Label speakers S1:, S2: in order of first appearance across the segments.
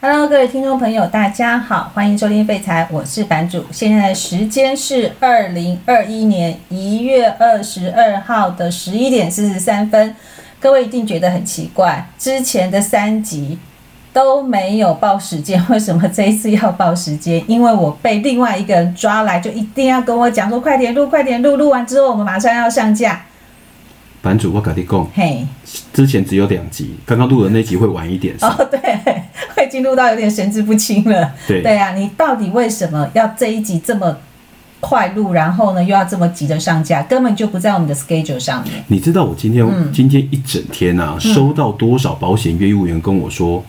S1: Hello，各位听众朋友，大家好，欢迎收听废材，我是版主。现在的时间是二零二一年一月二十二号的十一点四十三分。各位一定觉得很奇怪，之前的三集都没有报时间，为什么这一次要报时间？因为我被另外一个人抓来，就一定要跟我讲说，快点录，快点录，录完之后我们马上要上架。
S2: 版主，我跟你讲，
S1: 嘿，
S2: 之前只有两集，刚刚录的那集会晚一点上。
S1: 哦，对， 会进入到有点神志不清了。
S2: 对，
S1: 对啊，你到底为什么要这一集这么快录，然后呢又要这么急的上架，根本就不在我们的 schedule 上面。
S2: 你知道我今天、
S1: 嗯
S2: 今天一整天啊，收到多少保险业务员跟我说，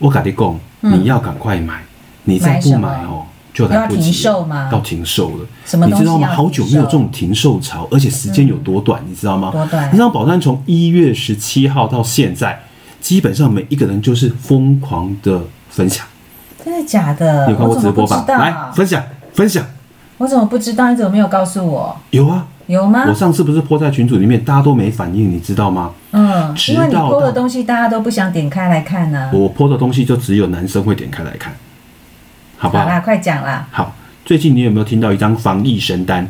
S2: 我跟你讲，你要赶快买，你再不买
S1: 嗯买什
S2: 哦，就来不
S1: 又要停
S2: 及
S1: 售吗
S2: 了，要停售了。
S1: 什么
S2: 你
S1: 东西
S2: 知道吗？
S1: 要
S2: 好久没有
S1: 停售嗯
S2: 这种停售潮，而且时间有多短，你知道吗？
S1: 多短
S2: 你知道保单从一月十七号到现在，基本上每一个人就是疯狂的分享。
S1: 真的假的？
S2: 你有看
S1: 呃我
S2: 过
S1: 怎
S2: 直
S1: 么不
S2: 播
S1: 知
S2: 吧？来
S1: 道？啊
S2: 分享分享，
S1: 我怎么不知道？你怎么没有告诉我？
S2: 有啊。
S1: 有吗
S2: 我？上次不是泼在群组里面，大家都没反应，你知道吗？
S1: 嗯，
S2: 直
S1: 因为你
S2: 到
S1: 播的
S2: 到
S1: 东西大家都不想点开来看啊呢、
S2: 我泼的东西就只有男生会点开来看，好不
S1: 好
S2: 好？
S1: 啦，快讲啦。
S2: 好，最近你有没有听到一张防疫神单，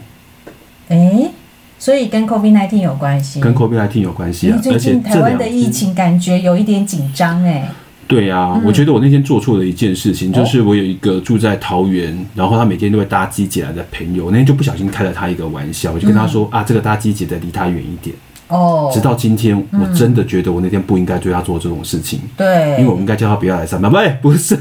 S1: 嗯诶，所以跟 COVID 19有关系。
S2: 跟 COVID-19 有关系
S1: 因为
S2: 啊？而
S1: 最
S2: 且
S1: 近台
S2: 这
S1: 湾
S2: 两
S1: 的疫
S2: 天，
S1: 情感觉有一点紧张哎、
S2: 对啊，我觉得我那天做错了一件事情，就是我有一个住在桃园，然后他每天都会搭机姐来的朋友，我那天就不小心开了他一个玩笑，我就跟他说、啊，这个搭机姐的离他远一点。
S1: 嗯哦，嗯
S2: 直到今天，我真的觉得我那天不应该对他做这种事情。
S1: 对，
S2: 因为我们应该叫他不要来上班，喂，不是，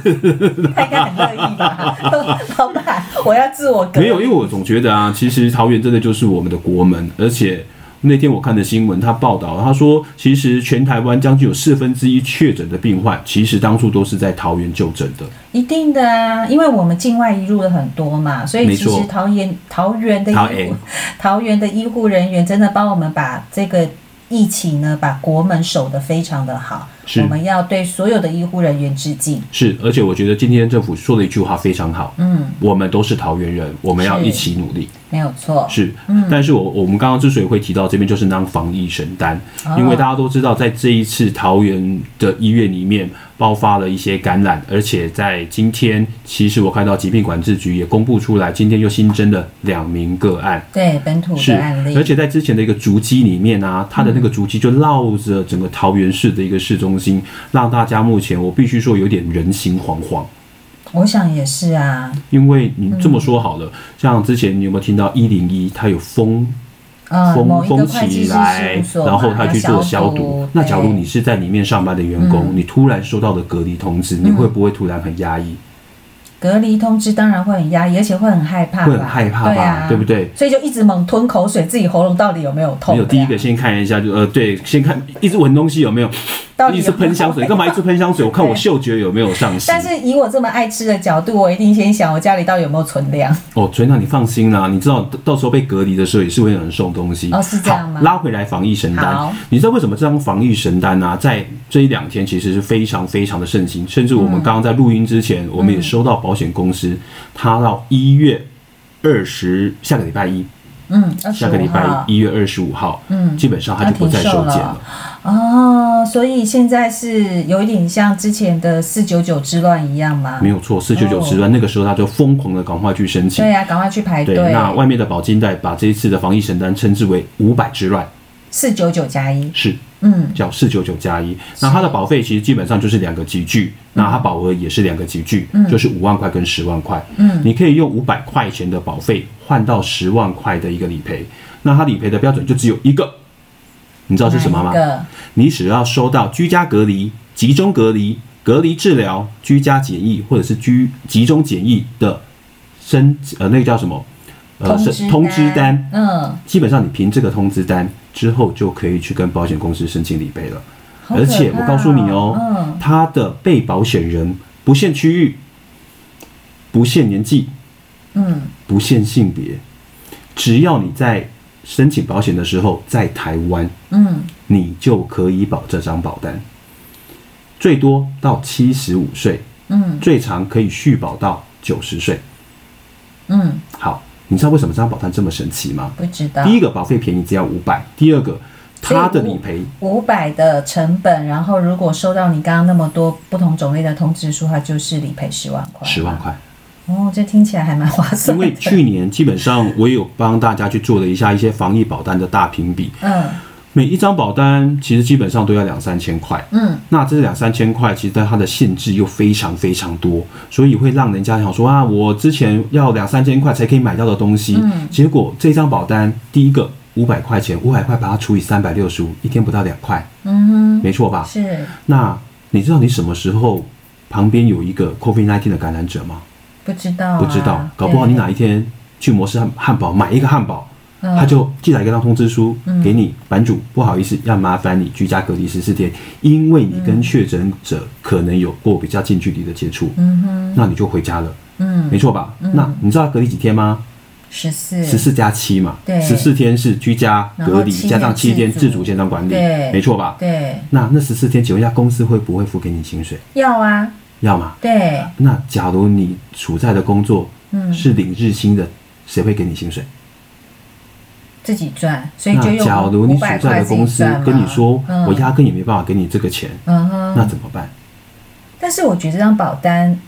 S1: 他应该很乐意吧？ 老板，我要自我隔
S2: 没有，因为我总觉得啊，其实桃园真的就是我们的国门，而且那天我看的新闻，他报道他说，其实全台湾将近有四分之一确诊的病患，其实当初都是在桃园就诊的。
S1: 一定的啊，因为我们境外移入的很多嘛，所以
S2: 没
S1: 其
S2: 错
S1: 实桃园桃园的医
S2: 桃
S1: 护
S2: 园
S1: 桃园的医护人员真的帮我们把这个疫情呢，把国门守得非常的好。
S2: 是
S1: 我们要对所有的医护人员致敬。
S2: 是，而且我觉得今天政府说的一句话非常好，
S1: 嗯，
S2: 我们都是桃园人，我们要
S1: 是
S2: 一起努力。
S1: 没有错。
S2: 是，
S1: 嗯
S2: 但是我我们刚刚之所以会提到这边，就是当防疫神丹，
S1: 哦
S2: 因为大家都知道，在这一次桃园的医院里面爆发了一些感染，而且在今天，其实我看到疾病管制局也公布出来，今天又新增了两名个案。
S1: 对本土
S2: 是
S1: 的案，
S2: 而
S1: 哦例，
S2: 且在之前的一个足迹里面啊，它的那个足迹就绕着整个桃园市的一个市中心，让大家目前我必须说有点人心惶惶。
S1: 我想也是啊。
S2: 因为你
S1: 嗯
S2: 这么说好了，像之前你有没有听到一零一它有封
S1: 呃，某
S2: 封
S1: 一个
S2: 封
S1: 会计
S2: 起
S1: 师事
S2: 来
S1: 务，所嘛，
S2: 然后他去
S1: 消
S2: 做
S1: 嗯
S2: 消毒。那假如你是在里面上班的员工，你突然收到的隔离通知，你会不会突然很压抑？
S1: 隔离通知当然会很压抑，而且会很害怕吧，
S2: 会很害怕吧
S1: 对啊，
S2: 对不对
S1: 所以就一直猛吞口水，自己喉咙到底有没有痛？
S2: 没有，第一个
S1: 对啊
S2: 先看一下，就呃，对，先看一直闻东西有没有，
S1: 到底
S2: 一
S1: 有
S2: 直喷香水，干嘛一直喷香水？我看我嗅觉有没有上升
S1: 但。是以我这么爱吃的角度，我一定先想我家里到底有没有存粮。
S2: 哦，船长，你放心啦，你知道到到时候被隔离的时候也是会有人送东西。
S1: 哦是这样吗
S2: 好拉回来防疫神单
S1: 好，
S2: 你知道为什么这张防疫神单啊，在这一两天其实是非常非常的盛行，甚至我
S1: 嗯
S2: 们刚刚在录音之前，我们也收到保险公司，它到一月二十下个礼拜一，
S1: 嗯，
S2: 下个礼拜
S1: 一
S2: 一月二十五号，
S1: 嗯
S2: 基本上它就不再收件了。
S1: 哦，所以现在是有一点像之前的四九九之乱一样吗
S2: 没？有错，四九九十万那个时候他就疯狂的赶快去申请
S1: 哦对。呀、啊，赶快去排
S2: 对，
S1: 队。
S2: 那外面的保金贷把这一次的防疫神单称之为“五百之乱
S1: 四九九加一”，，
S2: 是
S1: 嗯，
S2: 叫四九九加一。那它的保费其实基本上就是两个集聚，那它保额也是两个集聚，就是五万块跟十万块。嗯，你可以用五百块钱的保费换到十万块的一个理赔。那它理赔的标准就只有一个，你知道是什么吗
S1: 哪一？个
S2: 你只要收到居家隔离、集中隔离、隔离治疗、居家检疫或者是居集中检疫的申呃那个叫什么呃
S1: 通
S2: 是通知单，
S1: 嗯，
S2: 基本上你凭这个通知单之后就可以去跟保险公司申请理赔了。
S1: 好可怕啊
S2: 而且我告诉你哦，
S1: 嗯，
S2: 它的被保险人不限区域、不限年纪、
S1: 嗯，
S2: 不限性别，只要你在申请保险的时候在台湾，
S1: 嗯，
S2: 你就可以保这张保单，最多到七十五岁，
S1: 嗯，
S2: 最长可以续保到九十岁。
S1: 嗯，
S2: 好，你知道为什么这张保单这么神奇吗？
S1: 不知道。
S2: 第一个保费便宜只要五百，第二个它的理赔
S1: 五百的成本，然后如果收到你刚刚那么多不同种类的通知书，它就是理赔十万块。
S2: 十万块。
S1: 哦，这听起来还蛮划算
S2: 因
S1: 的。
S2: 为去年基本上我也有帮大家去做了一下一些防疫保单的大评比，
S1: 嗯
S2: 每一张保单其实基本上都要两三千块。
S1: 嗯，
S2: 那这两三千块，其实它的限制又非常非常多，所以会让人家想说啊，我之前要两三千块才可以买到的东西，结果这张保单第一个五百块钱，五百块把它除以三百六十五，一天不到两块，
S1: 嗯
S2: 没错吧
S1: 哼，？是
S2: 那你知道你什么时候旁边有一个 COVID-19 的感染者吗？
S1: 不知道、啊，
S2: 不知道，搞不好你哪
S1: 一
S2: 一天去摩斯汉汉堡买一个汉堡，
S1: 嗯
S2: 他就寄来一张通知书给你，版主不好意思，要麻烦你居家隔离十四天，因为你跟确诊者可能有过比较近距离的接触，
S1: 嗯哼
S2: 那你就回家了，
S1: 嗯
S2: 没错吧？那你知道隔离几天吗？
S1: 十四
S2: 十四加七嘛
S1: 对，
S2: 十四天是居家隔
S1: 然
S2: 离，
S1: 后七天
S2: 加上七天
S1: 自主
S2: 自主健康管理
S1: 对，
S2: 没错吧？
S1: 对
S2: 那那十四天，请问一下，公司会不会付给你薪水？
S1: 要啊
S2: 要吗？
S1: 对
S2: 那假如你处在的工作
S1: 嗯
S2: 是领日薪的，谁会给你薪水？
S1: 自己赚，所以就
S2: 那
S1: 用
S2: 假如你
S1: 五
S2: 所
S1: 百
S2: 在
S1: 块
S2: 的
S1: 自
S2: 公
S1: 己
S2: 司
S1: 赚嘛
S2: 跟你说，
S1: 嗯、
S2: 我压根也没办法给你这个钱，
S1: 嗯哼，
S2: 那怎么办？
S1: 但是我觉得这张保单，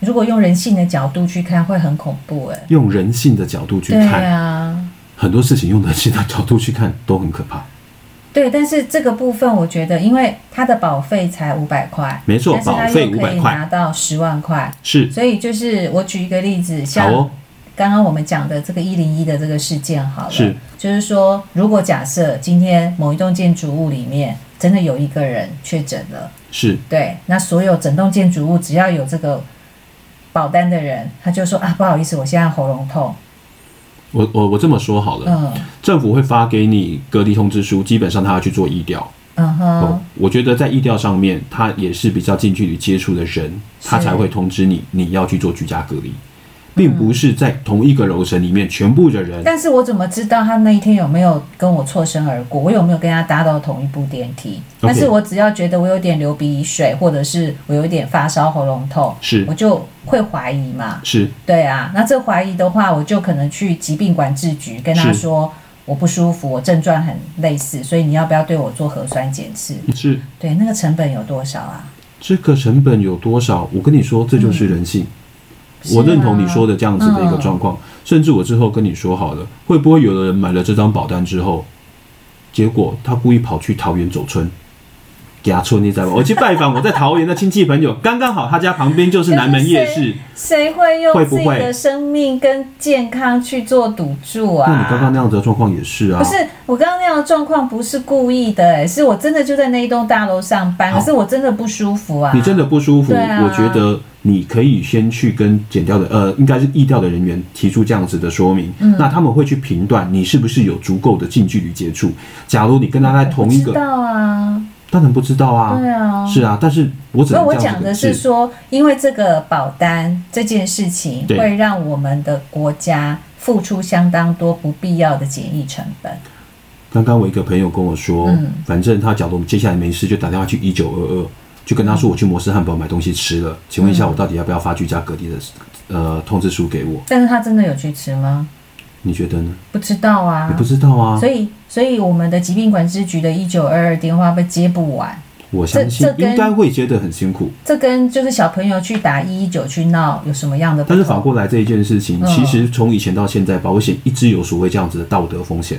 S1: 如果用人性的角度去看，会很恐怖哎、
S2: 用人性的角度去
S1: 对
S2: 看，
S1: 啊，
S2: 很多事情用人性的角度去看都很可怕。
S1: 对，但是这个部分我觉得，因为它的保费才五百块，
S2: 没错
S1: 但是它
S2: 保
S1: 又
S2: 费
S1: 可以
S2: 500块
S1: 拿到十万块，
S2: 是，
S1: 所以就是我举一个例子，
S2: 好
S1: 像
S2: 哦，
S1: 刚刚我们讲的这个一零一的这个事件好了，
S2: 是
S1: 就是说，如果假设今天某一栋建筑物里面真的有一个人确诊了，
S2: 是
S1: 对，那所有整栋建筑物只要有这个保单的人，他就说啊，不好意思，我现在喉咙痛，
S2: 我我我这么说好了，
S1: 嗯
S2: 政府会发给你隔离通知书，基本上他要去做医疗。
S1: 嗯
S2: 哦
S1: 哼，，
S2: 我觉得在医疗上面，他也是比较近距离接触的人，他
S1: 是嗯
S2: 才会通知你你要去做居家隔离，并不是在同一个楼层里面全部的人。
S1: 但是我怎么知道他那一天有没有跟我错身而过？我有没有跟他搭到同一部电梯？但是我只要觉得我有点流鼻水，或者是我有点发烧、喉咙痛，
S2: 是
S1: 我就会怀疑嘛。
S2: 是
S1: 对啊，那这怀疑的话，我就可能去疾病管制局跟他
S2: 是
S1: 说我不舒服，我症状很类似，所以你要不要对我做核酸检测？
S2: 是，
S1: 对，那个成本有多少啊？
S2: 这个成本有多少？我跟你说，这就是人性。
S1: 嗯
S2: 我认同你说
S1: 的，
S2: 的这样子的一个状况，
S1: 啊
S2: 甚至我之后跟你说好了，会不会有的人买了这张保单之后，结果他故意跑去桃园走村，给他村你在吧？我去拜访我在桃园的亲戚朋友，刚刚好他家旁边就是南门夜市。
S1: 谁会用
S2: 会不
S1: 自己
S2: 会
S1: 的生命跟健康去做赌注啊？
S2: 那嗯你刚刚那样子的状况也是啊
S1: 不，是我刚刚那样的状况，不是故意的、欸，是我真的就在那一栋大楼上班，
S2: 好
S1: 可是我真的不舒服啊。
S2: 你真的不舒服，
S1: 对啊
S2: 我觉得你可以先去跟减掉的呃，应该是疫调的人员提出这样子的说明，
S1: 嗯
S2: 那他们会去评断你是不是有足够的近距离接触。假如你跟他在同一
S1: 我
S2: 个
S1: 知，道啊，
S2: 当然不知道啊，
S1: 对啊
S2: 是啊，但是我只
S1: 所以
S2: 能
S1: 我
S2: 这
S1: 讲
S2: 样子
S1: 的
S2: 的
S1: 是说，因为这个保单这件事情，
S2: 对
S1: 会让我们的国家付出相当多不必要的检疫成本。
S2: 刚刚我一个朋友跟我说，
S1: 嗯
S2: 反正他假如接下来没事，就打电话去一九二二，就跟他说我去摩斯汉堡买东西吃了，请问一下
S1: 嗯
S2: 我到底要不要发居家隔离的呃通知书给我？
S1: 但是他真的有去吃吗？
S2: 你觉得呢？
S1: 不知道啊
S2: 你不。知道啊
S1: 所，以，所以我们的疾病管制局的一九二二电话被接不完，
S2: 我相信
S1: 这这跟
S2: 应该会接得很辛苦。
S1: 这跟就是小朋友去打一一九去闹有什么样的不
S2: 但
S1: 同？
S2: 是反过来这一件事情，
S1: 嗯
S2: 其实从以前到现在，保险一直有所谓这样子的道德风险。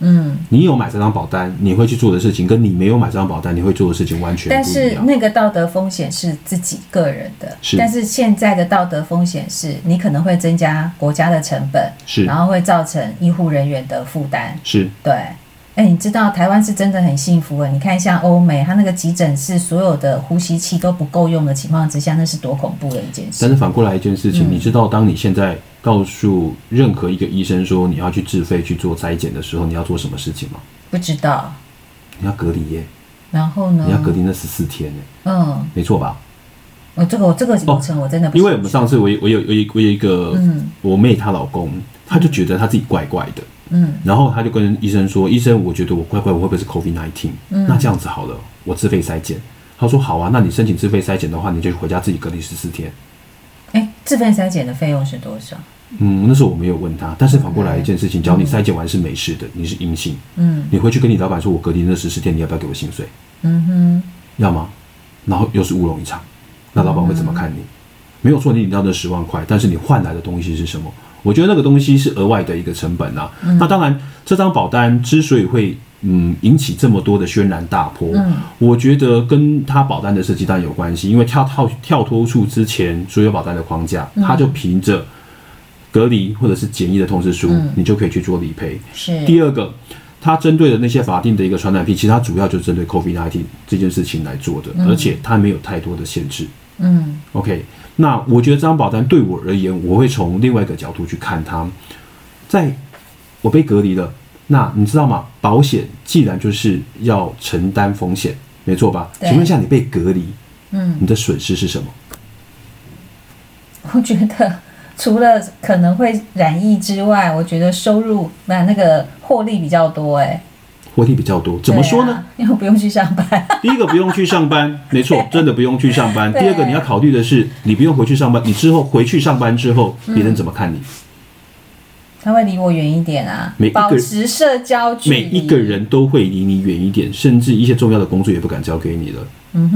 S1: 嗯，
S2: 你有买这张保单，你会去做的事情，跟你没有买这张保单，你会做的事情完全
S1: 但
S2: 不一
S1: 是
S2: 样。
S1: 那个道德风险是自己个人的，
S2: 是
S1: 但是现在的道德风险是你可能会增加国家的成本，
S2: 是
S1: 然后会造成医护人员的负担。
S2: 是
S1: 对，哎，你知道台湾是真的很幸福啊！你看像欧美，它那个急诊室所有的呼吸器都不够用的情况之下，那是多恐怖的一件事。
S2: 但是反过来一件事情，
S1: 嗯
S2: 你知道，当你现在告诉任何一个医生说你要去自费去做筛检的时候，你要做什么事情吗？
S1: 不知道，
S2: 你要隔离耶，
S1: 然后呢
S2: 你要？隔离那十四天耶，
S1: 嗯，
S2: 没错吧？
S1: 我这个我这个流程我真的不
S2: 哦
S1: 清
S2: 因
S1: 楚、
S2: 为我们上次我有我有我有我有一个
S1: 嗯
S2: 我妹她老公，她就觉得她自己怪怪的，
S1: 嗯
S2: 然后她就跟医生说：“医生，我觉得我怪怪，我会不会是 COVID 1 9那
S1: 嗯
S2: 这样子好了，我自费筛检。”他说：“好啊，那你申请自费筛检的话，你就回家自己隔离十四天。
S1: 哎，自费筛检的费用是多少？”
S2: 哎、嗯，那时候我没有问他，但是反过来一件事
S1: 嗯
S2: 情，只要你筛检完是没事的，你是阴性，嗯，你回去跟你老板说，我隔离那十四天，你要不要给我薪水？嗯哼，要吗？然后又是乌龙一场，那老板会怎么看你？没有错，你领到那十万块，但是你换来的东西是什么？我觉得那个东西是额外的一个成本啊。那当然，这张保单之所以会嗯引起这么多的轩然大波，我觉得跟它保单的设计当然有关系，因为跳套跳脱出之前所有保单的框架，它就凭着隔离或者是简易的通知书，你就可以去做理赔。
S1: 是
S2: 第二个，它针对的那些法定的一个传染病，其实它主要就针对 COVID-19 这件事情来做的，而且它没有太多的限制。
S1: 嗯
S2: OK，那我觉得这张保单对我而言，我会从另外一个角度去看它。在我被隔离了，那你知道吗？保险既然就是要承担风险，没错吧？
S1: 对
S2: 请问一下，你被隔离，
S1: 嗯，
S2: 你的损失是什么？
S1: 我觉得除了可能会染疫之外，我觉得收入那那个获利比较多哎、
S2: 获利比较多，怎么说
S1: 对
S2: 呢？
S1: 啊 因为我不用去上班。
S2: 第一个不用去 上班，没错，真的不用去上班。
S1: 对
S2: 第二个你要考虑的是，你不用回去上班，你之后回去上班之后，
S1: 嗯
S2: 别人怎么看你？
S1: 他会离我远一点啊
S2: 每一，个
S1: 保持社交距
S2: 每
S1: 离。
S2: 一个人都会离你远一点，甚至一些重要的工作也不敢交给你了。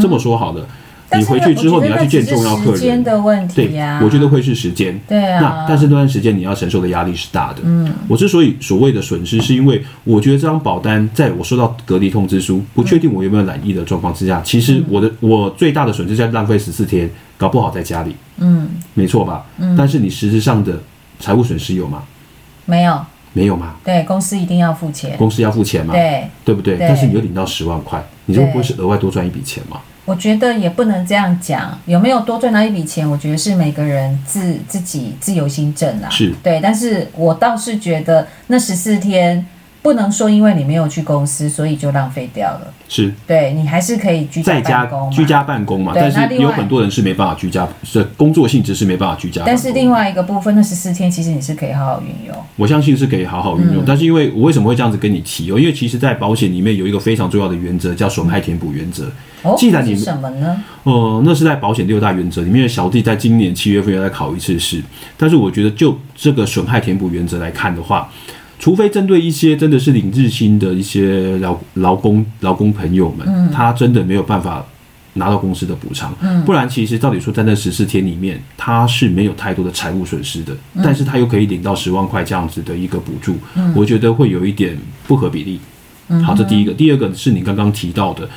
S2: 这么说好了，
S1: 嗯但
S2: 你
S1: 是
S2: 回
S1: 那
S2: 去之后你要去见重要
S1: 我觉得那只是
S2: 客
S1: 时间
S2: 人，
S1: 的问题啊
S2: 对
S1: 呀、，
S2: 我觉得会是时间。
S1: 对啊
S2: 那但是那段时间你要承受的压力是大的。嗯，我之所以所谓的损失，是因为我觉得这张保单在我收到隔离通知书，不确定我有没有染疫的状况之下，其实我的
S1: 嗯
S2: 我最大的损失在浪费十四天，搞不好在家里，
S1: 嗯
S2: 没错吧？嗯，但是你实质上的财务损失有吗？
S1: 没有，
S2: 没有嘛？
S1: 对公司一定要付钱。
S2: 公司要付钱嘛？
S1: 对，
S2: 对不对？
S1: 对
S2: 但是你又领到十万块，你就
S1: 对
S2: 不会是额外多赚一笔钱嘛？
S1: 我觉得也不能这样讲，有没有多赚到一笔钱，我觉得是每个人自自己自由心证啦。
S2: 是
S1: 对，但是我倒是觉得那十四天不能说因为你没有去公司，所以就浪费掉了。
S2: 是
S1: 对你还是可以居家
S2: 在家
S1: 办公嘛
S2: 居家办公嘛？
S1: 对
S2: 但
S1: 那
S2: 是
S1: 另外
S2: 有很多人是没办法居家，是工作性质是没办法居家办公。
S1: 但是另外一个部分，那十四天其实你是可以好好运用。
S2: 我相信是可以好好运用，但是因为我为什么会这样子跟你提哦？因为其实，在保险里面有一个非常重要的原则，叫损害填补原则。
S1: 哦，
S2: 既然你
S1: 这是什么呢？
S2: 呃，那是在保险六大原则里面，小弟在今年七月份要再考一次试。但是我觉得，就这个损害填补原则来看的话，除非针对一些真的是领日薪的一些劳劳工劳工朋友们，他真的没有办法拿到公司的补偿，不然其实照理说，在那十四天里面，他是没有太多的财务损失的，但是他又可以领到十万块这样子的一个补助，我觉得会有一点不合比例。好，这第一个，第二个是你刚刚提到的，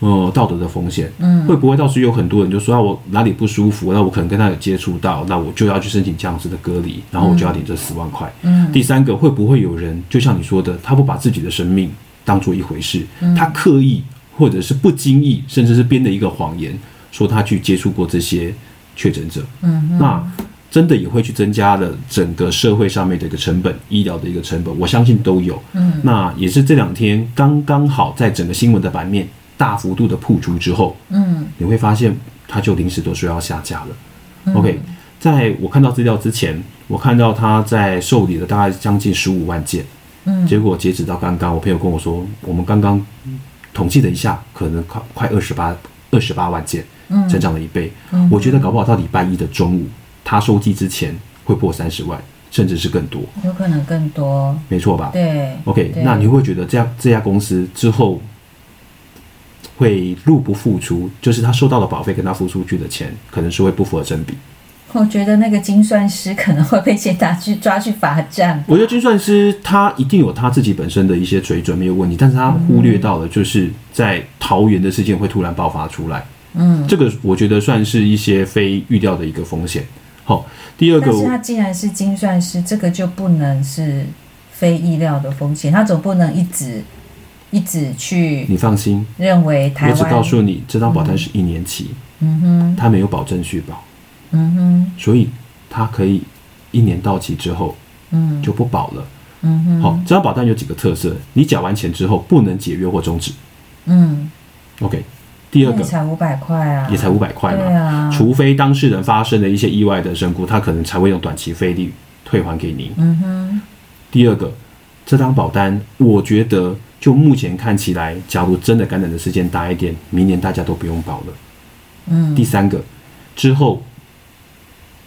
S2: 呃，道德的风险，嗯，会不会到时有很多人就说啊，我哪里不舒服，那我可能跟他有接触到，那我就要去申请这样子的隔离，然后我就要领这十万块，嗯，第三个会不会有人就像你说的，他不把自己的生命当做一回事，他刻意或者是不经意，甚至是编的一个谎言，说他去接触过这些确诊者，嗯，那。真的也会去增加了整个社会上面的一个成本，医疗的一个成本，我相信都有。嗯，那也是这两天刚刚好在整个新闻的版面大幅度的曝出之后，
S1: 嗯，
S2: 你会发现它就临时都说要下架了。OK，在我看到资料之前，我看到它在受理了大概将近十五万件，嗯，结果截止到刚刚，我朋友跟我说，我们刚刚统计了一下，可能快快二十八二十八万件，嗯，成长了一倍。我觉得搞不好到礼拜一的中午，它收集之前会破三十万，甚至是更多，
S1: 有可能更多。
S2: 没错吧？
S1: 对
S2: OK，
S1: 对啊
S2: 那你会觉得这家这家公司之后会入不敷出，就是他收到的保费跟他付出去的钱，可能是会不符合正比。
S1: 我觉得那个精算师可能会被先打去抓去罚站。
S2: 我觉得精算师他一定有他自己本身的一些水准没有问题，但是他忽略到了就是在桃园的事件会突然爆发出来，
S1: 嗯，
S2: 这个我觉得算是一些非预料的一个风险。好，第二个
S1: 但是
S2: 我
S1: 他既然是精算师，这个就不能是非意料的风险，他总不能一直一直去
S2: 你放心，
S1: 认为
S2: 我
S1: 台
S2: 只
S1: 湾。
S2: 告诉你，这张保单是一年期，
S1: 嗯哼，
S2: 它没有保证续保。
S1: 嗯哼，
S2: 所以它可以一年到期之后，
S1: 嗯，
S2: 就不保了。
S1: 嗯哼，
S2: 好、这张保单有几个特色：你缴完钱之后不能解约或终止。
S1: 嗯，
S2: OK，第二
S1: 那
S2: 个
S1: 也才五百块啊，
S2: 也才五百块嘛，
S1: 对啊
S2: 除非当事人发生了一些意外的身故，他可能才会用短期费率退还给您。
S1: 嗯哼，
S2: 第二个，这张保单，我觉得就目前看起来，假如真的感染的事件大一点，明年大家都不用保了。
S1: 嗯，
S2: 第三个，之后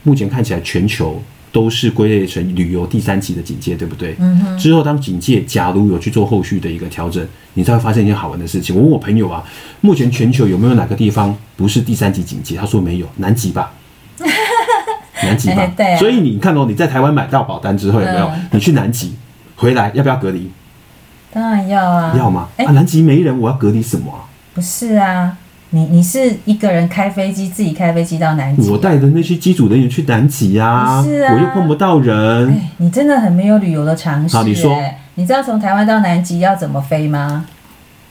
S2: 目前看起来全球都是归类成旅游第三级的警戒，对不对？嗯之后当警戒假如有去做后续的一个调整，你才会发现一件好玩的事情。我问我朋友啊，目前全球有没有哪个地方不是第三级警戒？他说没有，南极吧。南极吧
S1: 对啊
S2: 所以你看哦，你在台湾买到保单之后有没有？
S1: 嗯
S2: 你去南极回来要不要隔离？
S1: 当然要啊，
S2: 要吗？
S1: 哎、
S2: 啊，南极没人，我要隔离什么啊？
S1: 不是啊，你你是一个人开飞机，自己开飞机到南极啊
S2: 我，带的那些机组人员去南极呀、
S1: 是啊
S2: 我又碰不到人。
S1: 哎，你真的很没有旅游的常识、
S2: 好你说
S1: 哎，你知道从台湾到南极要怎么飞吗？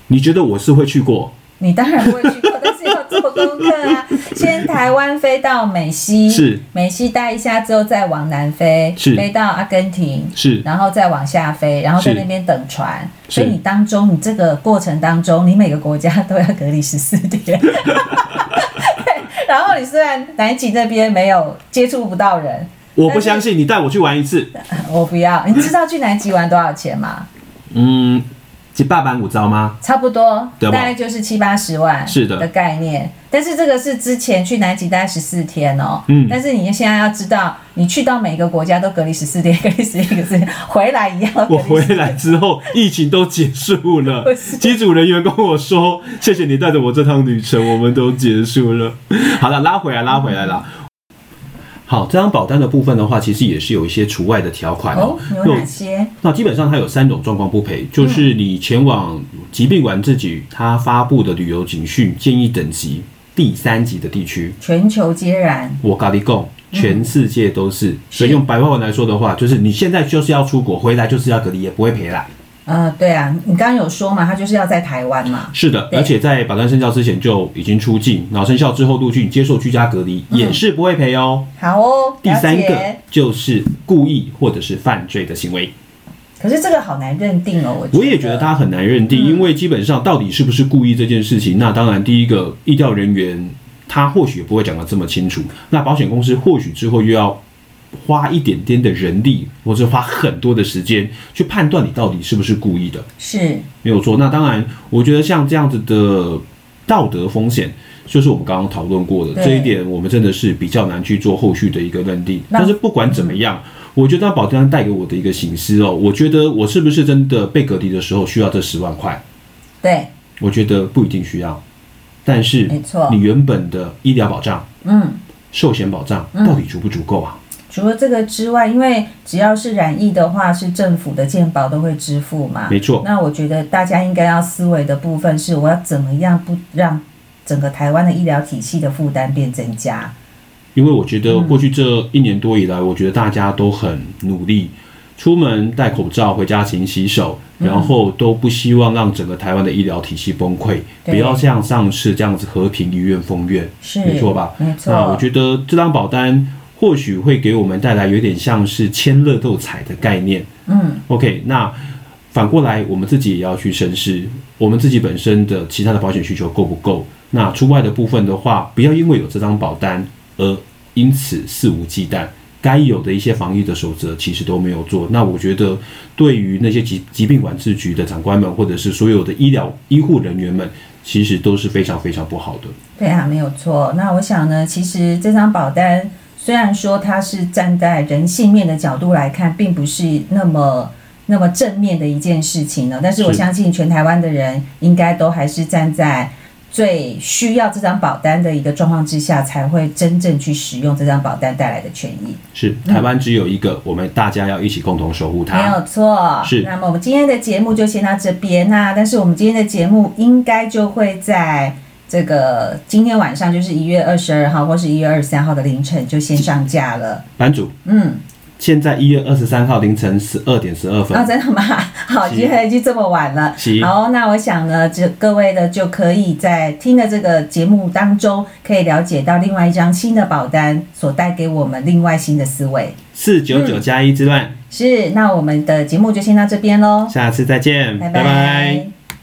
S2: 你觉得我是会去过？
S1: 你当然不会去过，但是要做功课啊。先台湾飞到美西，
S2: 是
S1: 美西待一下之后再往南飞，
S2: 是
S1: 飞到阿根廷，
S2: 是
S1: 然后再往下飞，然后在
S2: 是
S1: 那边等船。
S2: 是
S1: 所以你当中，你这个过程当中，你每个国家都要隔离十四天。 对然后你虽然南极那边没有接触不到人，
S2: 我不相信你带我去玩一次。
S1: 我不要。你知道去南极玩多少钱吗？
S2: 嗯，几百万五招吗？
S1: 差不多，
S2: 对
S1: 大
S2: 吧
S1: 概就是七八十万，
S2: 是的
S1: 的概念。但是这个是之前去南极待十四天哦，
S2: 嗯
S1: 但是你现在要知道，你去到每个国家都隔离十四天，隔离十天，隔离十天， 回来一样都 隔
S2: 我回
S1: 离14天。
S2: 来之后，疫情都结 束了
S1: 不是。
S2: 机组人员跟我说：“谢谢你带着我这趟旅程，我们都结束了。” 好了，拉回来，拉回来啦。好，这张保单的部分的话，其实也是有一些除外的条款
S1: 哦，有
S2: 那我
S1: 哪嗯些？
S2: 那基本上它有三种状况不赔，就是你前往疾病管制局它发布的旅游警讯建议等级第三级的地区，
S1: 全球啊皆然，
S2: 我咖喱贡，全世界都是。
S1: 嗯
S2: 所以用白话文来说的话，就是你现在就是要出国，回来就是要隔离，也不会赔啦。
S1: 呃，对啊，你刚刚有说嘛，他就是要在台湾嘛，
S2: 是的，
S1: 对
S2: 而且在保单生效之前就已经出境，然后生效之后陆续接受居家隔离，也是不会赔哦。
S1: 好哦，
S2: 第
S1: 嗯了
S2: 三个
S1: 解。
S2: 就是故意或者是犯罪的行为。
S1: 可是这个好难认定哦，我
S2: 我也觉得他很难认
S1: 嗯
S2: 定，因为基本上到底是不是故意这件事情，那当然第一个医疗人员他或许也不会讲得这么清楚，那保险公司或许之后又要。花一点点的人力，或者花很多的时间去判断你到底是不是故意的，
S1: 是
S2: 没有错。那当然，我觉得像这样子的道德风险，就是我们刚刚讨论过的
S1: 对
S2: 这一点，我们真的是比较难去做后续的一个认定。
S1: 那
S2: 但是不管怎么样，我觉得保单带给我的一个醒思哦，我觉得我是不是真的被隔离的时候需要这十万块？
S1: 对，
S2: 我觉得不一定需要，但是
S1: 没错
S2: 你原本的医疗保障、
S1: 嗯。
S2: 寿险保障到底足不足够啊？
S1: 除了这个之外，因为只要是染疫的话，是政府的健保都会支付嘛。
S2: 没错
S1: 那我觉得大家应该要思维的部分是，我要怎么样不让整个台湾的医疗体系的负担变增加？
S2: 因为我觉得
S1: 嗯
S2: 过去这一年多以来，我觉得大家都很努力，出门戴口罩，回家勤洗手，
S1: 嗯
S2: 然后都不希望让整个台湾的医疗体系崩溃，
S1: 对
S2: 不要像上次这样子和平医院封院，
S1: 是
S2: 没错吧？
S1: 没错
S2: 那我觉得这张保单或许会给我们带来有点像是签乐透彩的概念。
S1: 嗯，
S2: OK，那反过来，我们自己也要去审视我们自己本身的其他的保险需求够不够。那出外的部分的话，不要因为有这张保单而因此肆无忌惮。该有的一些防疫的守则其实都没有做。那我觉得，对于那些疾疾病管制局的长官们，或者是所有的医疗医护人员们，其实都是非常非常不好的。
S1: 对啊，没有错。那我想呢，其实这张保单虽然说它是站在人性面的角度来看，并不是那么那么正面的一件事情呢，但是我
S2: 是
S1: 相信全台湾的人应该都还是站在。最需要这张保单的一个状况之下，才会真正去使用这张保单带来的权益，
S2: 是台湾只有一个，我们大家要一起共同守护
S1: 嗯
S2: 它。
S1: 没有错。
S2: 是
S1: 那么我们今天的节目就先到这边那但是我们今天的节目应该就会在这个今天晚上，就是一月二十二号或是一月二十三号的凌晨就先上架了。
S2: 版主，
S1: 嗯，
S2: 现在一月二十三号凌晨十二点十二分
S1: 啊，，真的吗？好，
S2: 是
S1: 今天已经这么晚了
S2: 是。
S1: 好，那我想呢，这各位呢就可以在听的这个节目当中，可以了解到另外一张新的保单所带给我们另外新的思维。
S2: 四九九加一之乱，
S1: 是，那我们的节目就先到这边喽，
S2: 下次再见，
S1: 拜
S2: 拜拜
S1: 拜